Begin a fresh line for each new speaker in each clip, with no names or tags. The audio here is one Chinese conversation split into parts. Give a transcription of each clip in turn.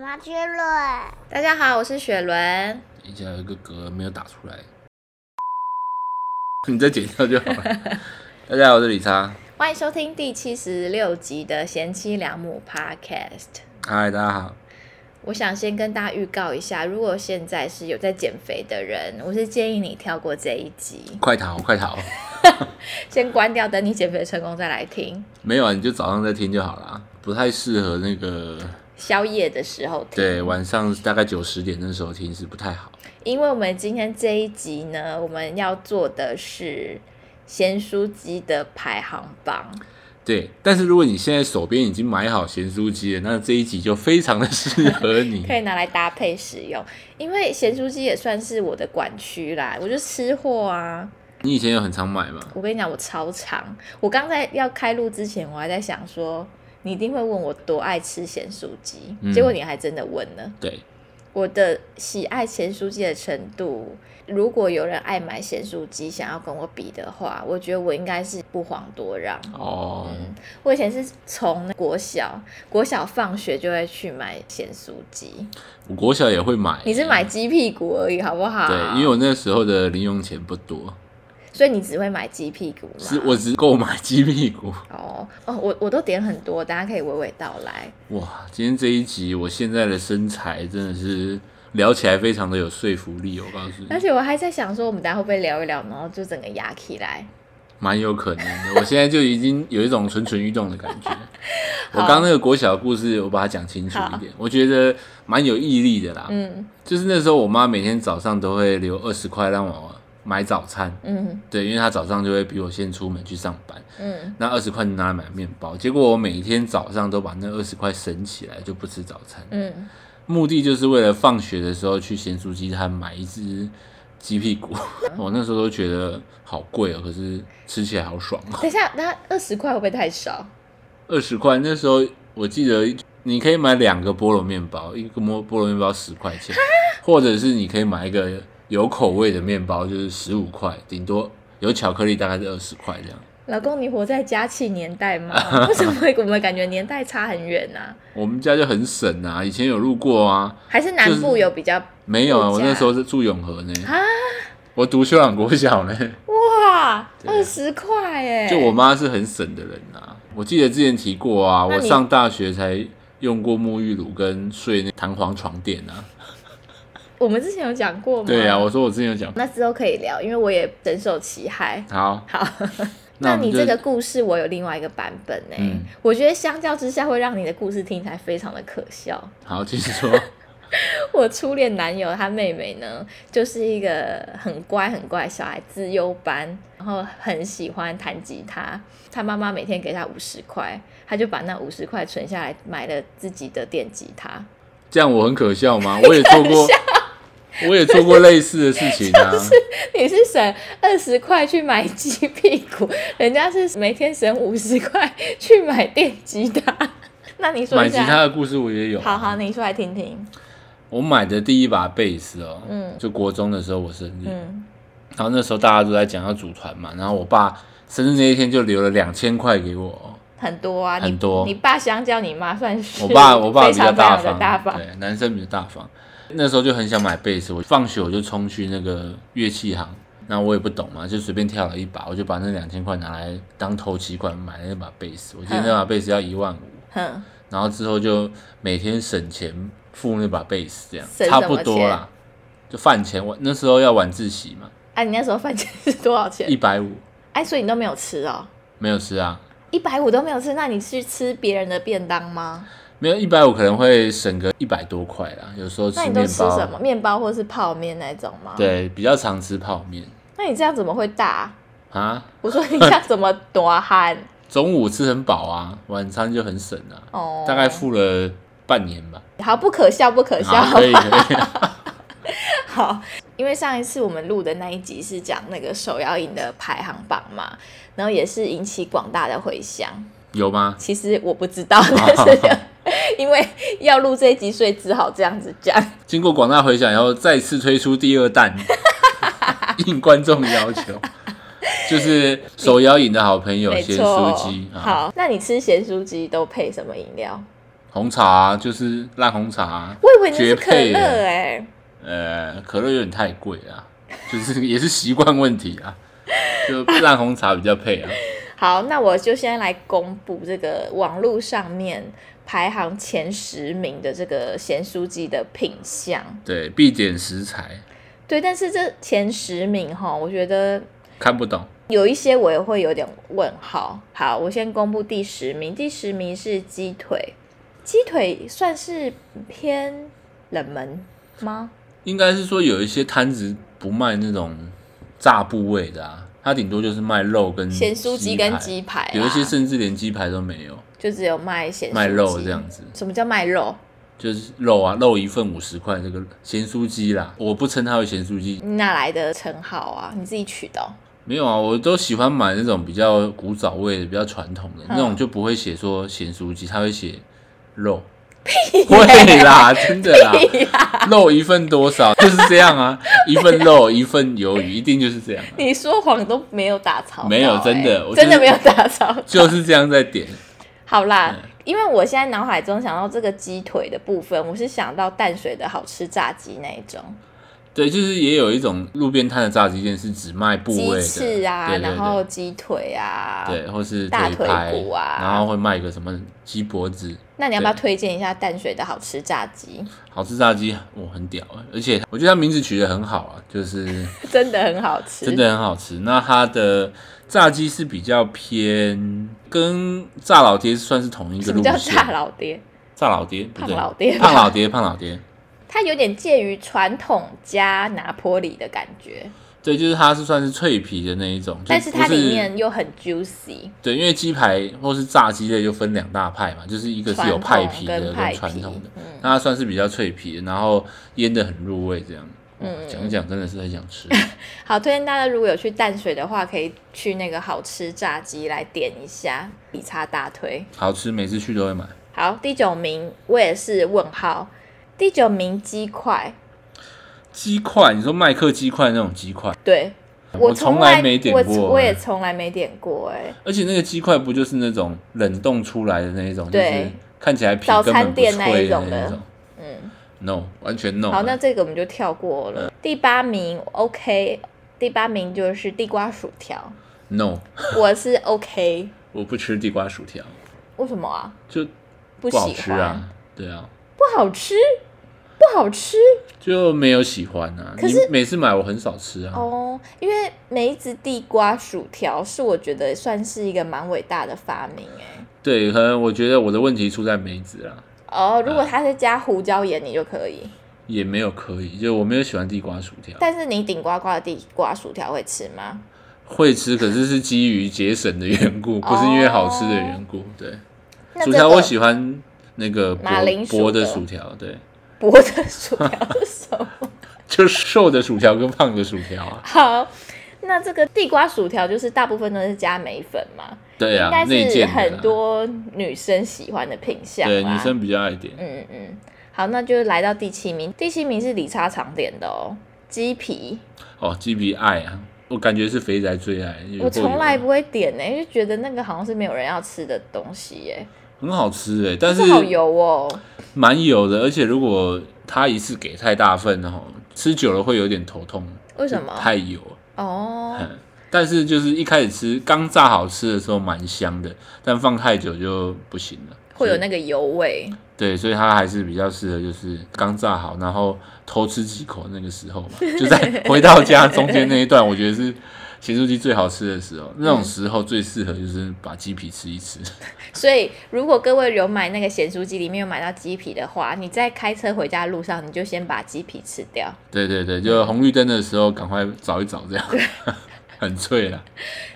马之伦，
大家好，我是雪伦。
以前有一个嗝没有打出来，你再剪掉就好了。大家好，我是李莎。
欢迎收听第七十六集的《贤妻良母》Podcast。
嗨，大家好。
我想先跟大家预告一下，如果现在是有在减肥的人，我是建议你跳过这一集，
快逃，快逃！
先关掉，等你减肥成功再来听。
没有啊，你就早上再听就好啦，不太适合那个。
宵夜的时候听，
对，晚上大概九十点那时候听是不太好。
因为我们今天这一集呢，我们要做的是咸酥鸡的排行榜。
对，但是如果你现在手边已经买好咸酥鸡了，那这一集就非常的适合你
可。以拿来搭配使用，因为咸酥鸡也算是我的管区啦，我就吃货啊。
你以前有很常买吗？
我跟你讲，我超长。我刚在要开录之前，我还在想说，你一定会问我多爱吃咸酥鸡，
嗯
结果你还真的问了。
对，
我的喜爱咸酥鸡的程度，如果有人爱买咸酥鸡想要跟我比的话，我觉得我应该是不遑多让。
哦，
我以前是从国小，国小放学就会去买咸酥鸡，
我国小也会买。
你是买鸡屁股而已，好不好？
对，因为我那时候的零用钱不多，
所以你只会买鸡屁股吗？
是我只购买鸡屁股。
哦哦，我我都点很多，大家可以娓娓道来。
哇，今天这一集我现在的身材真的是聊起来非常的有说服力，我告诉
而
你，
且我还在想说，我们大家会不会聊一聊，然后就整个压起来？
蛮有可能的。我现在就已经有一种蠢蠢欲动 的感觉。我刚刚那个国小的故事，我把它讲清楚一点，我觉得蛮有毅力的啦。
嗯
就是那时候我妈每天早上都会留二十块让我买早餐，
嗯
对，因为她早上就会比我先出门去上班，
嗯，
那二十块拿来买面包。结果我每天早上都把那二十块省起来，就不吃早餐。
嗯，
目的就是为了放学的时候去咸酥鸡摊买一只鸡屁股。我那时候都觉得好贵哦，可是吃起来好爽哦。
等一下，那二十块会不会太少？
二十块那时候我记得你可以买两个菠萝面包，一个菠菠萝面包十块钱，或者是你可以买一个有口味的面包，就是十五块，顶多有巧克力大概是二十块这样。
老公，你活在家气年代 吗？为什么会我们感觉年代差很远呢、啊？
我们家就很省啊，以前有路过啊，
还是南部有比较、
没有啊，
物
我
价
那时候是住永和呢，
啊？
我读修朗国小呢。
哇，二十块哎！
啊就我妈是很省的人啊，我记得之前提过啊，
那
我
你
上大学才用过沐浴乳跟睡那弹簧床垫啊。
我们之前有讲过吗？
对啊，我说我之前有讲。
那之后可以聊，因为我也深受其害。
好，
好， 那
那我们
你
就
这个故事我有另外一个版本呢、
嗯
我觉得相较之下会让你的故事听起来非常的可笑。
好继续说。
我初恋男友他妹妹呢，就是一个很乖很乖的小孩，资优班，然后很喜欢弹吉他。他妈妈每天给他五十块，他就把那五十块存下来买了自己的电吉他。
这样我很可笑吗？我也做过，我也做过类似的事情啊。
你是省二十块去买鸡屁股，人家是每天省五十块去买电吉他。那你说
买
一
吉他
下，
的故事我也有。
好好，你说来听听。
我买的第一把贝斯哦，
嗯
就国中的时候我生日，
嗯，
然后那时候大家都在讲要组团嘛，然后我爸生日那一天就留了两千块给我哦。
很多啊，你
很多
你爸相较你妈算是
我爸我爸
非
比较
常非
大
常的
方，
大方。
对，男生比较大方。那时候就很想买贝斯，我放学我就冲去那个乐器行，然后我也不懂嘛，就随便跳了一把，我就把那两千块拿来当头期款买了那把贝斯。我记得
嗯
那把贝斯要一万五，
哼，
然后之后就每天省钱付那把贝斯，这样
省什么
差不多啦，就饭钱。我那时候要晚自习嘛，
哎、啊，你那时候饭钱 是多少钱
一？百五
哎、所以你都没有吃哦，
没有吃啊，
一百五都没有吃，那你去吃别人的便当吗？
没有一百五可能会省个一百多块啦，有时候吃
那你都
面
吃什么？
包，
面包或是泡面那种吗？。
对，比较常吃泡面
那你这样怎么会大？
啊。
我说你这样怎么多汗？
中午吃很饱啊，晚餐就很省啊，
哦，
大概付了半年吧。
好不可笑，不呃可笑。
好，啊可以可以。
好，因为上一次我们录的那一集是讲那个手摇饮的排行榜嘛，然后也是引起广大的回响。
有吗？
其实我不知道，但是就 因为要录这一集，所以只好这样子讲。
经过广大回响以后，再次推出第二 弹，应观众要求，就是手摇饮的好朋友
没
咸
错
酥鸡。啊，
好，那你吃咸酥鸡都配什么饮料？
红茶啊、就是烂红茶啊、
我以为那是可
绝配
乐
耶
哎、
呃，可乐有点太贵啦，就是 也是习惯问题啊，就烂红茶比较配啊。
好，那我就先来公布这个网络上面排行前十名的这个咸酥鸡的品相。
对，必点食材
对，但是这前十名哈，我觉得
看不懂，
有一些我也会有点问号。好，我先公布第十名，第十名是鸡腿，鸡腿算是偏冷门吗？
应该是说有一些摊子不卖那种炸部位的啊，它顶多就是卖肉跟
咸酥鸡跟
嗯排
鸡排啦，
有一些甚至连鸡排都没有，
就只有卖咸酥
卖肉
鸡
这样。子，
什么叫卖肉？
就是肉啊，肉一份五十块，这个咸酥鸡啦，我不称它为咸酥鸡，
你哪来的称号啊？你自己取的哦、
没有啊，我都喜欢买那种比较古早味的、比较传统的
嗯
那种，就不会写说咸酥鸡，它会写 肉。会啦，真的啦，
哎
肉一份多少就是这样啊，一份肉一份鱿鱼，一定就是这样啊、
你说谎都没有打草稿欸、
没有真的我
真
就
的
是
没有打草稿。
就是这样在点。
好啦，因为我现在脑海中想到这个鸡腿的部分，我是想到淡水的好吃炸鸡那一种，
对，就是也有一种路边摊的炸鸡店是只卖部位
鸡
的，
翅啊，
对对对
然后鸡腿啊。
对，或是
大
腿
腿
排
骨啊
然后会卖个什么鸡脖子，
那你要不要推荐一下淡水的好吃炸鸡？
好吃炸鸡，我很屌啊，而且我觉得它名字取得很好啊， 就是
真的很好吃，
真的很好吃。那它的炸鸡是比较偏跟炸老爹算是同一个
什
路
么
线
叫，炸老爹？
炸老爹不
胖
对，
老爹吧
胖老爹，胖老爹，
它有点介于传统加拿坡里的感觉，
对，就是它是算是脆皮的那一种，就
但是
不
它里面又很 juicy。
对，因为鸡排或是炸鸡类就分两大派嘛，就是一个是有派皮的
传统跟派
跟
皮
传统的
嗯，
那它算是比较脆皮的，然后腌的很入味这样。嗯，讲一讲真的是很想吃。
好，推荐大家如果有去淡水的话，可以去那个好吃炸鸡来点一下，比叉大推。
好吃，每次去都会买。
好，第九名我也是问号，第九名鸡块，
鸡块，你说麦克鸡块那种鸡块，
对
我
从
从
来
来没点过哎
我我也从来没点过哎、
而且那个鸡块不就是那种冷冻出来的那一种，就
对
是看起来皮
早
根
餐
本不
店那
脆
一种
那
的
种
嗯，
，no，完全 no。
好，那这个我们就跳过了。
嗯
第八名 OK，第八名就是地瓜薯条，
no，
我是 OK，
我不吃地瓜薯条，
为什么啊？
就
不喜
好
欢，
吃啊。对啊，
不好吃，不好吃。
就没有喜欢啊。
可
你
是
每次买我很少吃啊。
哦，因为梅子地瓜薯条是我觉得算是一个蛮伟大的发明哎。
对，可能我觉得我的问题出在梅子啊啦，
哦，
嗯
如果它是加胡椒盐，你就可以。
也没有可以，就我没有喜欢地瓜薯条，
但是你顶呱呱的地瓜薯条会吃吗？
会吃，可是是基于节省的缘故，不是因为好吃的缘故。对，
哦那
薯
这
条 我
个
喜欢那个薄
马铃薯
薄的
的
薯条，对，
薄的薯条是什么？
就是瘦的薯条跟胖的薯条啊。
好，那这个地瓜薯条就是大部分都是加梅粉嘛，
对
应
啊，
该
内
是
建的啦
很多啊女生喜欢的品相
对
啦
女生比较爱点。
嗯嗯嗯，好，那就来到第七名，第七名是理查常点的哦，鸡皮。
哦，鸡皮爱啊，我感觉是肥宅最爱。有
我
够油
从来不会点呢、因为觉得那个好像是没有人要吃的东西耶、
很好吃哎，但是
这好油哦。
蛮油的，而且如果它一次给太大份哦，吃久了会有点头痛。
为什么
太油。
哦，
嗯，但是就是一开始吃刚炸好吃的时候蛮香的，但放太久就不行了。
会有
所以
那个油味。
对，所以它还是比较适合就是刚炸好，然后偷吃几口那个时候嘛， 就在回到家中间那一段，我觉得是咸酥鸡最好吃的时候。那种时候最适合就是把鸡皮吃一吃。
所以，如果各位有买那个咸酥鸡，里面有买到鸡皮的话，你在开车回家的路上，你就先把鸡皮吃掉。
对对对，就红绿灯的时候赶快找一找，这样 很脆啦。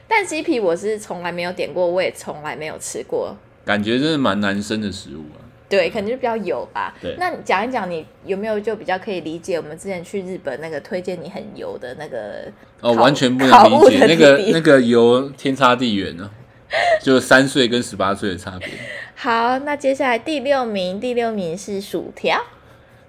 但鸡皮我是从来没有点过，我也从来没有吃过。
感觉真的蛮男生的食物啊。
对，可能就比较油吧
对。
那你讲一讲，你有没有就比较可以理解我们之前去日本那个推荐你很油的那个
哦，
烤
完全不
烤
能
物
理
的
解那个
弟弟
那个油天差地远呢、就三岁跟十八岁的差别，
好，那接下来第六名，第六名是薯条，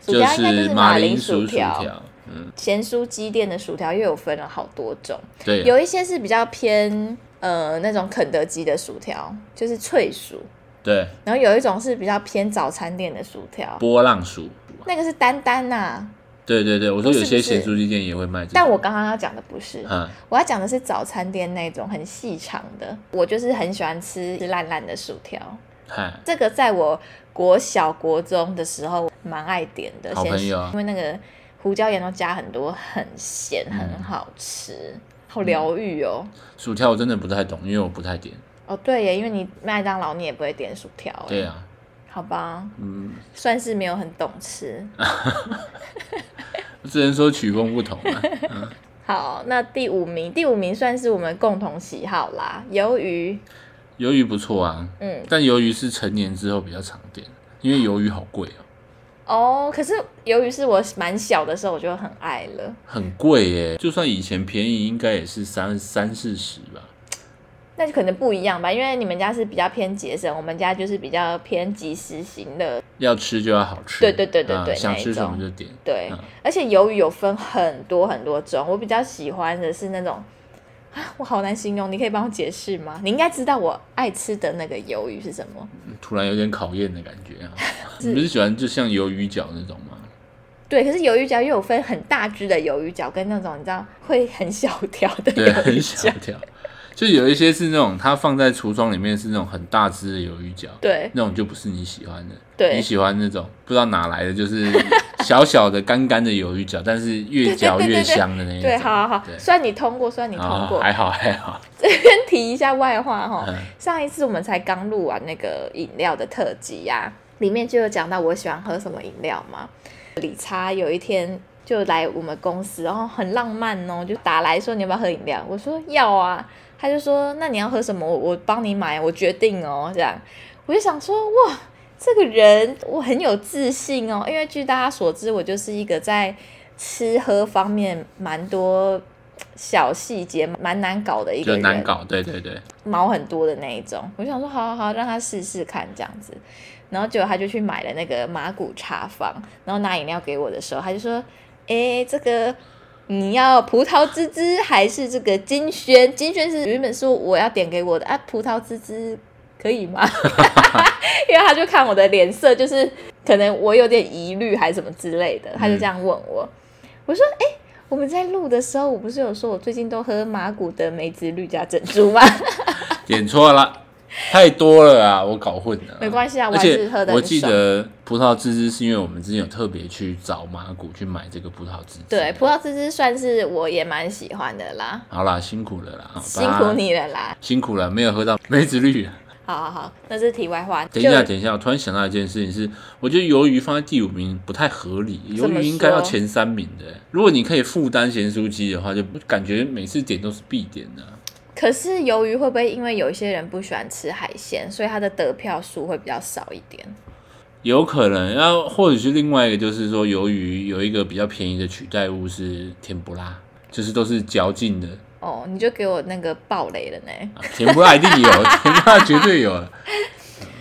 薯
就
条应该就是
马
铃
铃薯薯
条。
条，嗯，
咸酥鸡店的薯条又有分了好多种，
对
有一些是比较偏呃那种肯德基的薯条，就是脆薯，
对，
然后有一种是比较偏早餐店的薯条，
波浪薯，
那个是丹丹呐、
对对对，我说有些
哦是不是
咸酥鸡店也会卖这种，
但我刚刚要讲的不是，
嗯
我要讲的是早餐店那种很细长的。我就是很喜欢吃烂烂的薯条，
嗨，
这个在我国小国中的时候蛮爱点的，
好
先
朋友啊
因为那个胡椒盐都加很多，很咸，很好吃，
嗯
好疗愈哦。
薯条我真的不太懂，因为我不太点。
哦，对耶，因为你麦当劳你也不会点薯条，
对，啊，
好吧，
嗯，
算是没有很懂吃。
只能说曲风不同 啊。
好，那第五名，第五名算是我们共同喜好啦。鱿鱼，
鱿鱼不错啊，
嗯，
但鱿鱼是成年之后比较常点，因为鱿鱼好贵哦、
哦，可是鱿鱼是我蛮小的时候我就很爱了，
很贵耶、就算以前便宜，应该也是三三四十吧。
那就可能不一样吧，因为你们家是比较偏节省，我们家就是比较偏及时型的，
要吃就要好吃，
对对对对对
啊想
那一
吃什么
种
就点。
对。
嗯
而且鱿鱼有分很多很多种，我比较喜欢的是那种。啊，我好难形容，你可以帮我解释吗？你应该知道我爱吃的那个鱿鱼是什么。
突然有点考验的感 觉啊！你不是喜欢就像鱿鱼饺那种吗？
对，可是鱿鱼饺又有分很大只的鱿鱼饺，跟那种你知道会很小条的 鱿
对，
鱼
很
饺
小。条。就有一些是那种它放在橱窗里面是那种很大只的鱿鱼饺，
对
那种就不是你喜欢的。
对
你喜欢那种不知道哪来的，就是小小的干干的鱿鱼饺，但是越嚼越香的那一种。
对，好好好，
对
虽然你通过，虽然你通
啊
过，
还好还好。
先提一下外话哈、
嗯
上一次我们才刚录完那个饮料的特辑呀、里面就有讲到我喜欢喝什么饮料嘛。理查有一天就来我们公司，然后很浪漫哦，就打来说你要不要喝饮料，我说要啊，他就说那你要喝什么，我我帮你买，我决定哦，这样我就想说哇。这个人我很有自信哦，因为据大家所知，我就是一个在吃喝方面蛮多小细节蛮难搞的一个
就
人，
难搞，对对对，
毛很多的那一种。我就想说，好好好，让他试试看这样子。然后结果他就去买了那个马古茶坊，然后拿饮料给我的时候，他就说：“诶，这个你要葡萄汁汁还是这个金萱？金萱是原本是我要点给我的啊，葡萄汁汁可以吗？” 因为他就看我的脸色，就是可能我有点疑虑还是什么之类的，他就这样问我。我说：“诶，我们在录的时候，我不是有说我最近都喝马古的梅子绿加珍珠吗？”
点错了，太多了啊，我搞混了。
没关系啊我
而
还
且
是喝得很
我记得葡萄汁汁是因为我们之前有特别去找马古去买这个葡萄汁汁。
对，葡萄汁汁算是我也蛮喜欢的啦，
好啦，辛苦了啦，
辛苦，你了啦。
辛苦了，没有喝到梅子绿啊。
好好好，那是题外话。
等一下，
就
等一下，我突然想到一件事情是，我觉得鱿鱼放在第五名不太合理，鱿
怎么
鱼应该要
说
前三名的。如果你可以负担咸酥鸡的话，就感觉每次点都是必点的啊、
可是鱿鱼会不会因为有一些人不喜欢吃海鲜，所以它的得票数会比较少一点？
有可能，然后或者是另外一个就是说，鱿鱼有一个比较便宜的取代物是甜不辣，就是都是嚼劲的，
哦，你就给我那个爆雷了呢。
啊甜不辣一定有， 甜不辣绝对有。啊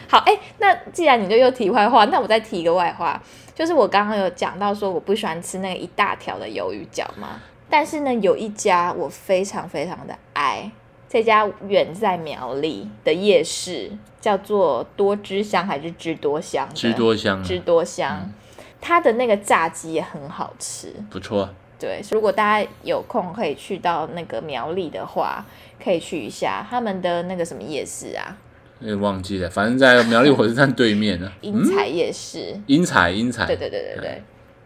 好，哎、那既然你就又题外话，那我再提一个外话，就是我刚刚有讲到说我不喜欢吃那个一大条的鱿鱼饺嘛，但是呢，有一家我非常非常的爱，这家远在苗栗的夜市，叫做多汁香还是汁多香的？
汁多香、啊，
汁多香，它的那个炸鸡也很好吃。
不错，啊
对，如果大家有空可以去到那个苗栗的话，可以去一下他们的那个什么夜市啊，
也哎忘记了，反正在苗栗火车站对面呢、啊。
英才夜市。
英彩，英彩，
对对对对对，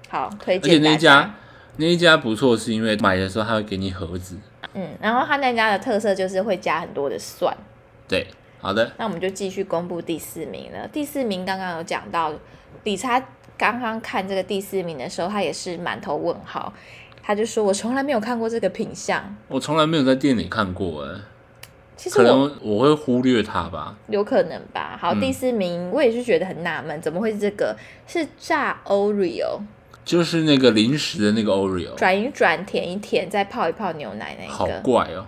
好，推
哎而且
荐
那
大
一
家
家。那一家不错，是因为买的时候他会给你盒子。
嗯，然后他那家的特色就是会加很多的蒜。
对，好的，
那我们就继续公布第四名了。第四名刚刚有讲到，理查刚刚看这个第四名的时候，他也是满头问号，他就说：“我从来没有看过这个品相。
我从来没有在店里看过，哎，”
其实
可
我
能我会忽略它吧。
有可能
嗯
吧。好，第四名我也是觉得很纳闷，怎么会是这个？是炸 Oreo，
就是那个零食的那个 Oreo，
转一转，舔一舔，再泡一泡牛奶那
好
一个。
怪哦、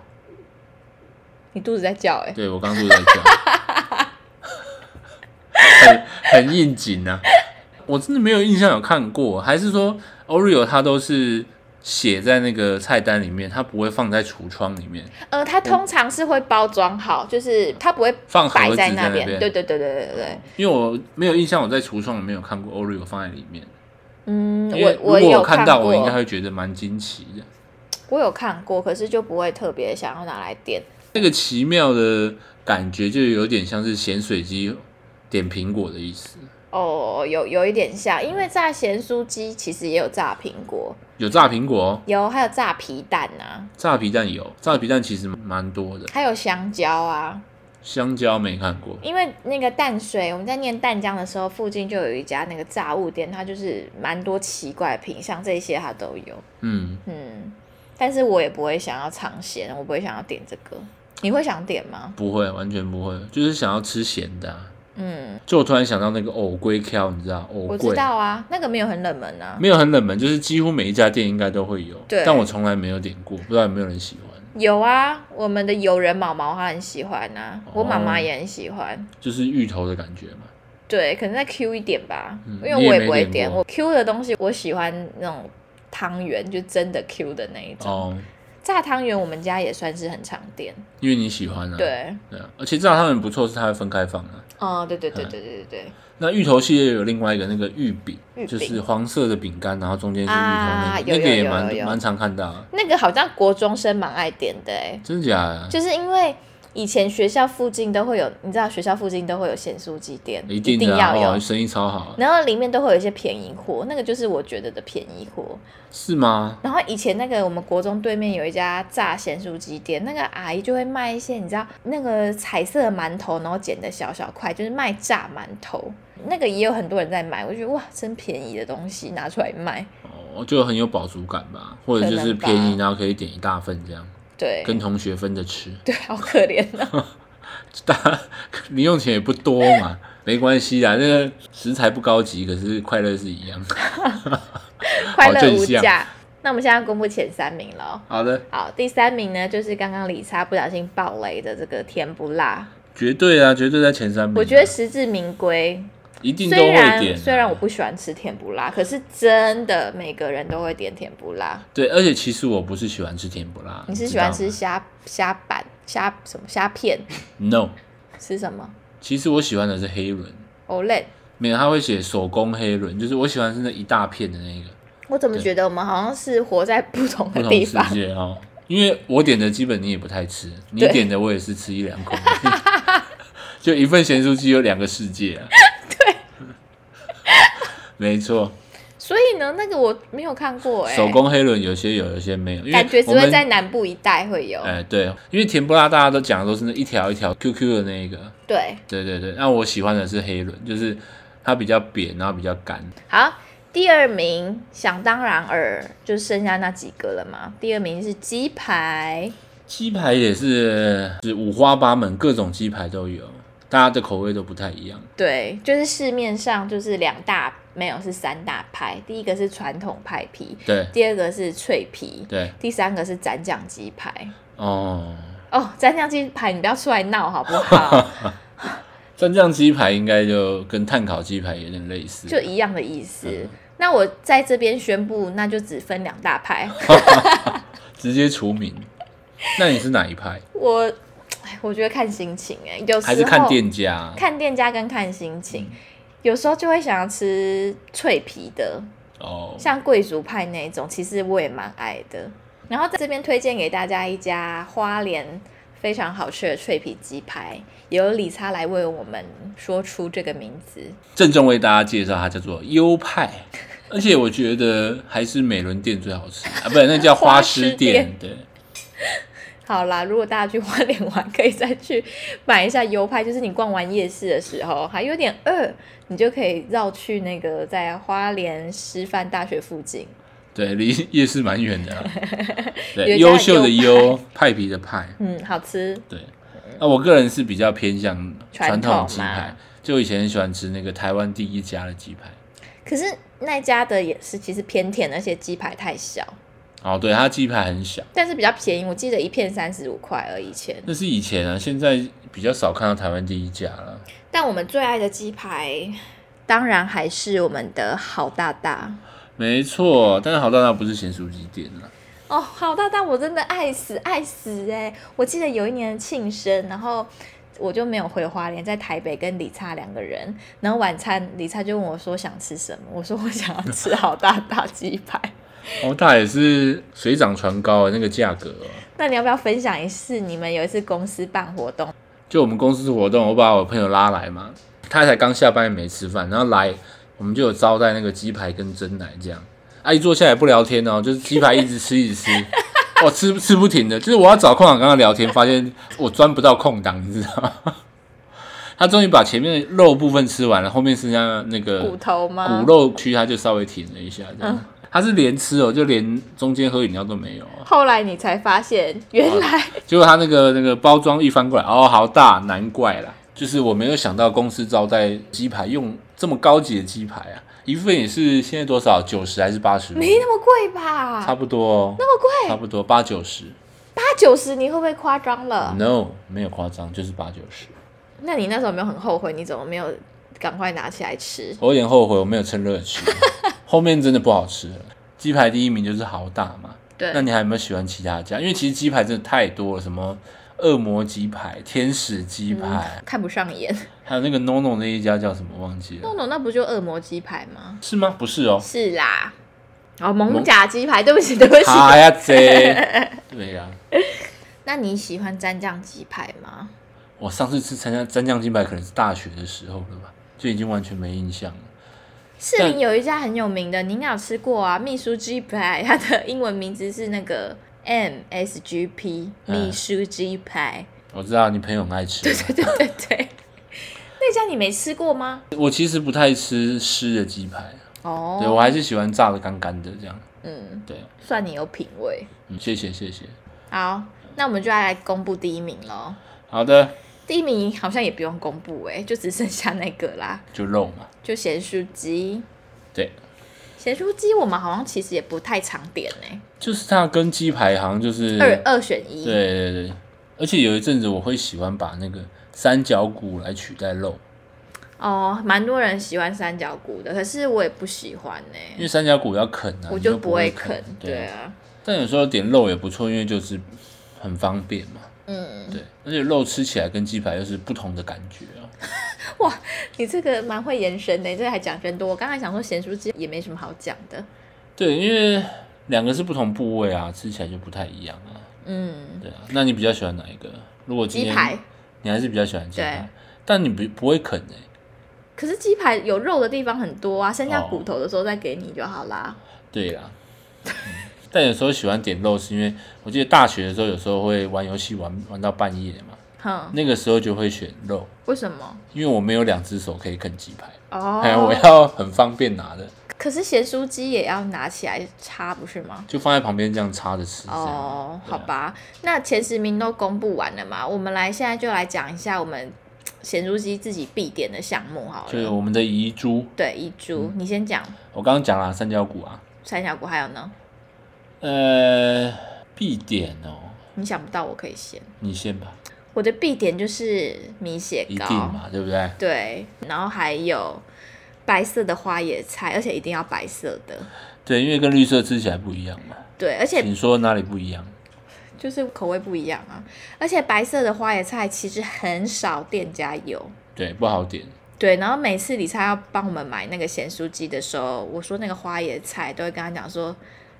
你肚子在叫哎、欸
对我刚刚都在讲， 很很应景啊。我真的没有印象有看过，还是说 Oreo 它都是写在那个菜单里面，它不会放在橱窗里面。
呃，它通常是会包装好，就是它不会
嗯放盒
摆
子在
那
那
边。
边
对对对对对对，
因为我没有印象，我在橱窗里面有看过 Oreo 放在里面。
嗯，
因为
我
如果
有
我看
过，
到，我应该会觉得蛮惊奇的。
我有看过，可是就不会特别想要拿来点。
那个奇妙的感觉，就有点像是咸水鸡点苹果的意思。
哦，有有一点像，因为炸咸酥鸡其实也有炸苹果，
有炸苹果、哦，
有还有炸皮蛋啊，
炸皮蛋有，炸皮蛋其实蛮多的。
还有香蕉啊。
香蕉没看过，
因为那个淡水，我们在念淡江的时候，附近就有一家那个炸物店，它就是蛮多奇怪的品相，这些它都有。
嗯，
嗯，但是我也不会想要尝鲜，我不会想要点这个。你会想点吗？
不会，完全不会，就是想要吃咸的、啊。
嗯，
就我突然想到那个藕龟 Q，你知道藕
我知
桂
道啊，那个没有很冷门啊，
没有很冷门，就是几乎每一家店应该都会有，
对
但我从来没有点过，不知道有没有人喜欢。
有啊，我们的友人毛毛他很喜欢啊，我妈妈
哦
也很喜欢。
就是芋头的感觉嘛，
对，可能再 Q 一点吧，
嗯
因为
你也
我
没
不会
点
点，
过
我 Q 的东西我喜欢那种汤圆，就真的 Q 的那一种。
哦，
炸汤圆我们家也算是很常点，
因为你喜欢啊，
对，
对啊，而且炸汤圆不错，是它会分开放啊。
哦，对对对对对对
那芋头系列有另外一个那个芋饼
芋，饼
就是黄色的饼干，然后中间是芋头
啊
那个，
有
那个
有
也
有
蛮
有有
蛮常看到啊，
对，那个好像国中生蛮爱点的哎、
真的假的？
就是因为以前学校附近都会有，你知道学校附近都会有咸酥鸡店，
一
定
定的啊，
要有，
哦，生意超好啊，
然后里面都会有一些便宜货，那个就是我觉得的便宜货。
是吗？
然后以前那个我们国中对面有一家炸咸酥鸡店，那个阿姨就会卖一些你知道那个彩色的馒头，然后剪的小小块，就是卖炸馒头。那个也有很多人在买，我就觉得哇，真便宜的东西拿出来卖。
哦，就很有饱足感吧，或者就是便
可
宜，
能
然后可以点一大份这样，
对，
跟同学分着吃。
对，好可怜啊。
大 家零用钱也不多嘛， 没关系啊啦，那个食材不高级，可是快乐是一样。
快乐无
正向
价。 那我们现在公布前三名了。哦
好的，
好，第三名呢，就是刚刚李莎不小心爆雷的这个甜不辣，
绝对啊，绝对在前三名啊。
我觉得实至名归。
一定都
虽
会
然
点啊。
虽然我不喜欢吃甜不辣，可是真的每个人都会点甜不辣。
对，而且其实我不是喜欢吃甜不辣，
你是
知
喜
道
欢
吗
吃虾虾板、虾什么虾片？
？No，
吃什么
其实我喜欢的是黑轮，
？Olay？
没有他会写手工黑轮，就是我喜欢是那一大片的那个
我怎么觉得我们好像是活在不同
不
的
同
地
世
方？
界哦。因为我点的基本你也不太吃，你
对
点的我也是吃一两口而已， 就一份咸酥鸡有两个世界啊。对， 没错。
所以呢，那个我没有看过哎、
手工黑轮有些有，有些没有，因为
感觉只
我
会
们
在南部一带会有。
哎、对，因为甜不辣大家都讲的都是那一条一条 QQ 的那一个，
对，
对对对。那我喜欢的是黑轮，就是它比较扁，然后比较干。
好，第二名想当然尔就剩下那几个了嘛。第二名是鸡排，
鸡排也是是五花八门，各种鸡排都有，大家的口味都不太一样。
对，就是市面上就是两大没有是三大派，第一个是传统派皮，
对
第二个是脆皮，
对，
第三个是蘸酱鸡排。
哦，
哦，蘸酱鸡排，你不要出来闹好不 好？
蘸酱鸡排应该就跟碳烤鸡排有点类似，
就一样的意思。那我在这边宣布，那就只分两大派。
直接除名。那你是哪一派？
我，哎我觉得看心情哎、有时候
还是看店家？
看店家跟看心情，有时候就会想要吃脆皮的，
哦，
像贵族派那一种，其实我也蛮爱的。然后在这边推荐给大家一家花莲非常好吃的脆皮鸡排，由李莎来为我们说出这个名字。
郑重为大家介绍，它叫做优派，而且我觉得还是美伦店最好吃啊，不是那叫花师 店，对，
好啦，如果大家去花莲玩，可以再去买一下优派，就是你逛完夜市的时候还有点饿，你就可以绕去那个在花莲师范大学附近。
对，离夜市蛮远 的啦，啊
有
对，
一家
优秀的优，派皮的派，
嗯，好吃。
对，那我个人是比较偏向传
传统
统鸡
嘛
排，就以前很喜欢吃那个台湾第一家的鸡排，
可是那家的也是其实偏甜，而且鸡排太小，
哦，对，它鸡排很小，
但是比较便宜，我记得一片三十五块而已以前。
那是以前啊，现在比较少看到台湾第一家了，
但我们最爱的鸡排，当然还是我们的好大大。
没错，但是好到那不是咸酥鸡店啊啦。
哦，好大大，我真的爱死爱死哎、我记得有一年庆生，然后我就没有回花莲，在台北跟李灿两个人，然后晚餐李灿就问我说想吃什么，我说我想要吃好大大鸡排。
哦，大也是水涨船高啊，那个价格、哦。
那你要不要分享一次你们有一次公司办活动？
就我们公司活动，我把我朋友拉来嘛，他才刚下班也没吃饭，然后来我们就有招待那个鸡排跟蒸奶这样，啊一坐下来不聊天哦，就是鸡排一直吃一直 吃，我、吃吃不停的，就是我要找空档跟他聊天，发现我钻不到空档，你知道吗？他终于把前面的肉部分吃完了，后面剩下那个
骨头吗？嗯
骨肉区他就稍微停了一下，这样。他是连吃哦，就连中间喝饮料都没有哦、
后来你才发现，原来
结果他那个那个包装一翻过来，哦，好大，难怪啦。就是我没有想到公司招待鸡排用这么高级的鸡排啊，一份也是现在多少九十还是八十？
没那么贵吧？
差不多哦，
那么
差
贵，
不多八九十。
八九十，你会不会夸张了？
No，没有夸张，就是八九十。
那你那时候有没有很后悔？你怎么没有赶快拿起来吃？
我有点后悔我没有趁 热吃，后面真的不好吃了。鸡排第一名就是豪大嘛，
对，
那你还有没有喜欢其他家？因为其实鸡排真的太多了，什么恶魔鸡排、天使鸡排，
看不上眼。
还有那个 NONO 那一家叫什么忘记了
诺。诺，那不就恶魔鸡排吗？
是吗？不是哦，
是啦。哦，蒙甲鸡排，对不起，对不起。
哈呀 贼，对呀、
那你喜欢蘸酱鸡排吗？
我上次吃参加蘸酱鸡排可能是大学的时候了吧，就已经完全没印象了。
士
但
林有一家很有名的，你应该有吃过啊，秘书鸡排，它的英文名字是那个 MSGP，
嗯
秘书鸡排。
我知道你朋友很爱 吃，
对对对对，那家你没吃过吗？
我其实不太吃湿的鸡排，啊对我
哦，
还是喜欢炸的干干的这样。
嗯，
对，啊
算你有品味。
嗯，谢谢谢谢。
好，那我们就要来公布第一名喽。
好的，
第一名好像也不用公布哎、就只剩下那个啦，
就肉嘛，
就咸酥鸡。
对，
咸酥鸡我们好像其实也不太常点哎、
就是它跟鸡排好像就是
二二选一。
嗯对对对，而且有一阵子我会喜欢把那个三角骨来取代肉，
哎哦，蛮多人喜欢三角骨的，可是我也不喜欢呢、
因为三角骨要啃啊，
我
你
就
不
不
会
会啃。对
对
啊，
但有时候点肉也不错，因为就是很方便嘛。
嗯，
对，而且肉吃起来跟鸡排又是不同的感觉啊。
你这个蛮会延伸的、欸这个还讲真多。我刚才想说咸酥鸡也没什么好讲的。
对，因为两个是不同部位啊，吃起来就不太一样啊。
嗯，
对啊，那你比较喜欢哪一个？如果今
鸡
天
排，
你还是比较喜欢鸡排
对，
但你不不会啃欸诶、
可是鸡排有肉的地方很多啊，剩下骨头的时候再给你就好啦。
对啦。 嗯但有时候喜欢点肉，是因为我记得大学的时候，有时候会玩游戏玩玩到半夜嘛，
哼，
那个时候就会选肉，
为什么？
因为我没有两只手可以啃鸡排，
哦，
哎、我要很方便拿的，
可是咸酥鸡也要拿起来插，不是吗？
就放在旁边这样插着吃。这样
哦，
对啊
好吧，那前十名都公布完了嘛？我们来现在就来讲一下我们咸猪鸡自己必点的项目好
就是嗯
了。
我们的遗珠，
对，一猪，你先讲
我刚刚讲了三角骨啊，
三峡谷，还有呢？
呃，必点哦，
你想不到，我可以先。
你先吧，
我的必点就是米血
一定
糕，
嘛，对不对？
对，然后还有白色的花野菜，而且一定要白色的。
对，因为跟绿色吃起来不一样嘛。
对，而且
你说哪里不一样？
就是口味不一样啊，而且白色的花野菜其实很少店家有。
对，不好点。
对，然后每次李灿要帮我们买那个咸酥鸡的时候，我说那个花椰菜都会跟他讲说，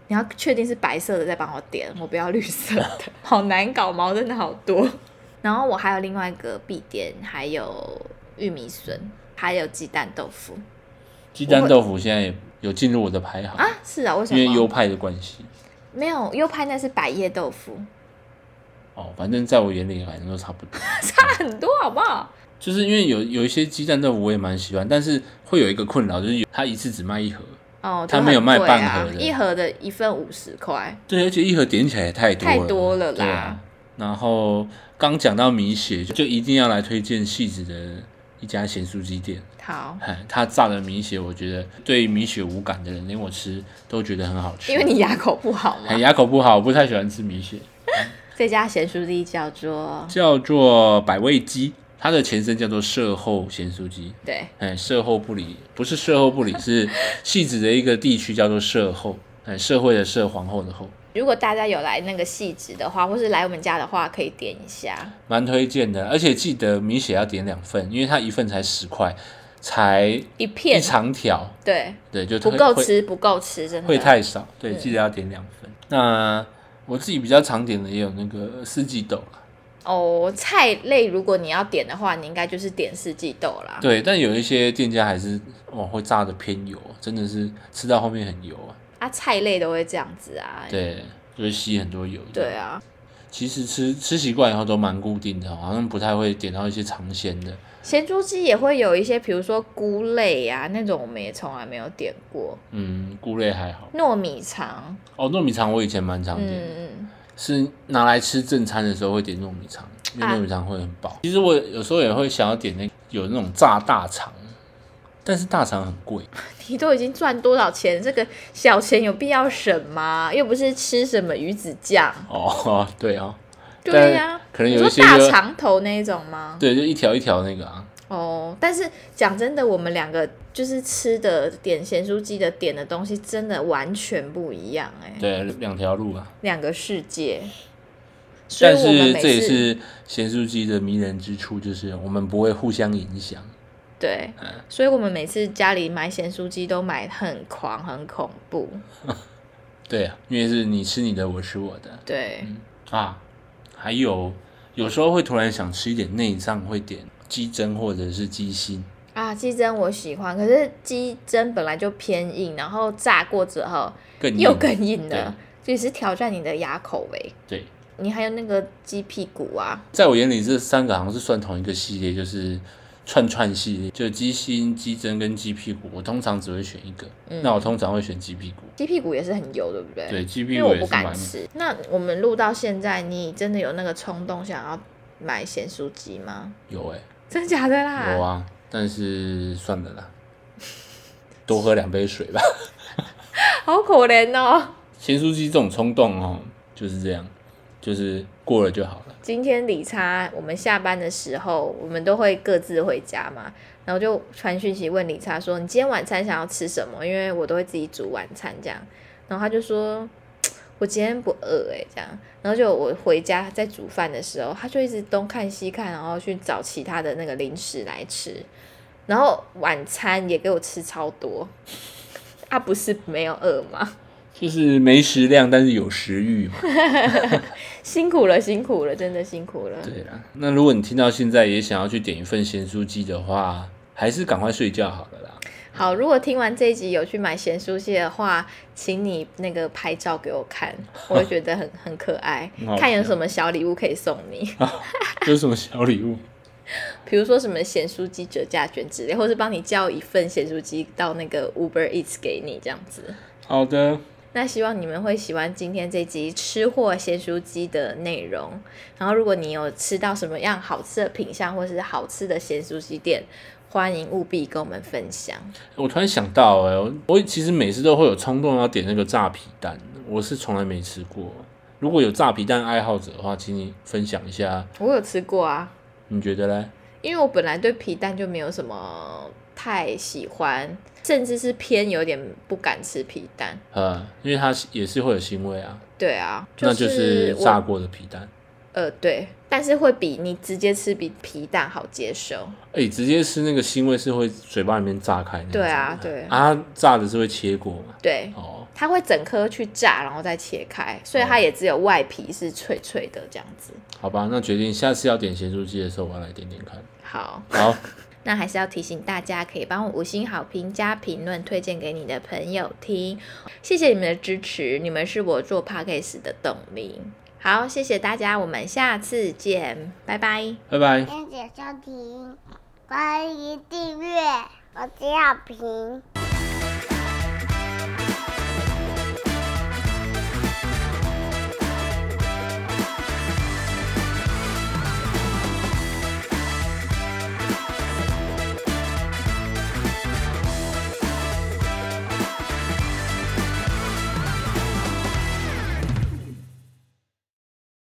你要确定是白色的再帮我点，我不要绿色的， 好难搞，毛真的好多。然后我还有另外一个必点，还有玉米笋，还有鸡蛋豆腐
鸡蛋豆腐现在也有进入我的排行，
啊，是啊，为什
因为优
么？
派的关系。
没有优派那是百叶豆腐，
哦，反正在我眼里反正都差不多。
差很多好不好？
就是因为有有一些鸡蛋豆腐我也蛮喜欢，但是会有一个困扰，就是有它一次只卖一盒。
哦，
他
就
没有
很
卖
贵
半
啊
盒的
一盒的一份五十块，
对，而且一盒点起来也太多了，
太多了啦
对啊然后刚讲到米血，就就一定要来推荐戏子的一家咸酥鸡店。
好，
哎，他炸的米血，我觉得对米血无感的人，连我吃都觉得很好吃。
因为你牙口不好
哎
嘛。
牙口不好，我不太喜欢吃米血，
这家咸酥鸡叫做
叫做百味鸡。它的前身叫做社后咸酥鸡，
对，
哎，社后不理不是社后不理，是戏子的一个地区叫做社后，哎，社会的社，皇后的后，
如果大家有来那个细致的话，或是来我们家的话，可以点一下。
蛮推荐的。而且记得米血要点两份，因为它一份才十块，才
一
一
片
长条，
对，
对，就
不
会
够
会
吃，不够吃，真的
会太少，对，
嗯
记得要点两份。那我自己比较常点的也有那个四季豆啦
哦。菜类如果你要点的话，你应该就是点四季豆啦。
对，但有一些店家还是往会炸的偏油，真的是吃到后面很油啊，
啊，菜类都会这样子啊。
对，就会吸很多油。
对，啊，
其实吃吃习惯以后都蛮固定的，好像不太会点到一些尝鲜的。
咸猪鸡也会有一些，比如说菇类啊那种，我们也从来没有点过。
嗯，菇类还好
糯米肠，
哦，糯米肠我以前蛮常
嗯
点的，
嗯，
是拿来吃正餐的时候会点糯米肠，因为
啊
糯米肠会很饱。其实我有时候也会想要点那有那种炸大肠，但是大肠很贵。
你都已经赚多少钱？这个小钱有必要省吗？又不是吃什么鱼子酱。
哦，对哦，
对呀、
但可能
你
有
说
一些
大
就
肠头那一种吗？
对，就一条一条那个啊，
哦，但是讲真的，我们两个就是吃的点咸酥鸡的点的东西，真的完全不一样哎、
对，两条路啊。
两个世界。所以
但
我们
是
每
这也
次
是咸酥鸡的迷人之处，就是我们不会互相影响。
对，所以我们每次家里买咸酥鸡都买很狂很恐怖。
对啊，因为是你吃你的，我吃我的
对，
啊。还有有时候会突然想吃一点内脏，会点鸡胗或者是鸡心。
啊，鸡胗我喜欢，可是鸡胗本来就偏硬，然后炸过之后
更
又
硬
更硬了，这也是挑战你的牙口味。
对，
你还有那个鸡屁股啊，
在我眼里这三个好像是算同一个系列，就是串串系列，就鸡心、鸡胗跟鸡屁股。我通常只会选一个，那我通常会选鸡屁股。
鸡屁股也是很油，对不嗯对？
对，鸡屁
因为
股
我
也
不
是蛮
敢吃。那我们录到现在，你真的有那个冲动想要买咸酥鸡吗？
有哎、
真假的啦？
有啊，但是算了啦，多喝两杯水吧。
好可怜哦。
咸酥鸡这种冲动哦，就是这样，就是过了就好了。
今天理查，我们下班的时候，我们都会各自回家嘛，然后就传讯息问理查说：“你今天晚餐想要吃什么？”因为我都会自己煮晚餐这样。然后他就说：“我今天不饿诶、这样。”然后就我回家在煮饭的时候，他就一直东看西看，然后去找其他的那个零食来吃，然后晚餐也给我吃超多。 啊，不是没有饿吗？
就是没食量，但是有食欲嘛。
辛苦了，辛苦了，真的辛苦了。
对啦，那如果你听到现在也想要去点一份咸酥鸡的话，还是赶快睡觉好了 啦。
好，如果听完这一集有去买咸酥蟹的话，请你那个拍照给我 看，我会觉得很很可爱
很好，
看有
笑
什么小礼物可以送 你，
有什么小礼物？
比如说什么咸酥鸡折价券之类，或是帮你叫一份咸酥鸡到那个 Uber Eats 给你这样子。
好的，
那希望你们会喜欢今天这集吃货咸酥鸡的内容。然后，如果你有吃到什么样好吃的品相，或是好吃的咸酥鸡店，欢迎务必跟我们分享。
我突然想到、哎，我我其实每次都会有冲动要点那个炸皮蛋，我是从来没吃过。如果有炸皮蛋爱好者的话，请你分享一下，
我有吃过啊，
你觉得嘞？
因为我本来对皮蛋就没有什么太喜欢，甚至是偏有点不敢吃皮蛋。
呃，因为它也是会有腥味啊，
对啊，
那
就
就是
我
炸过的皮蛋。
呃对，但是会比你直接吃比皮蛋好接受。
哎、直接吃那个腥味是会嘴巴里面炸开那种
对啊对
啊，它炸的是会切过嘛？
对，
哦，
它会整颗去炸，然后再切开，所以它也只有外皮是脆脆的这样子。
好吧，那决定下次要点咸酥鸡的时候，我要来点点看。
好，
好，
那还是要提醒大家，可以帮我五星好评加评论，推荐给你的朋友听。谢谢你们的支持，你们是我做 podcast 的动力。好，谢谢大家，我们下次见，拜拜。
拜拜。
谢谢收听，欢迎订阅，我是小平。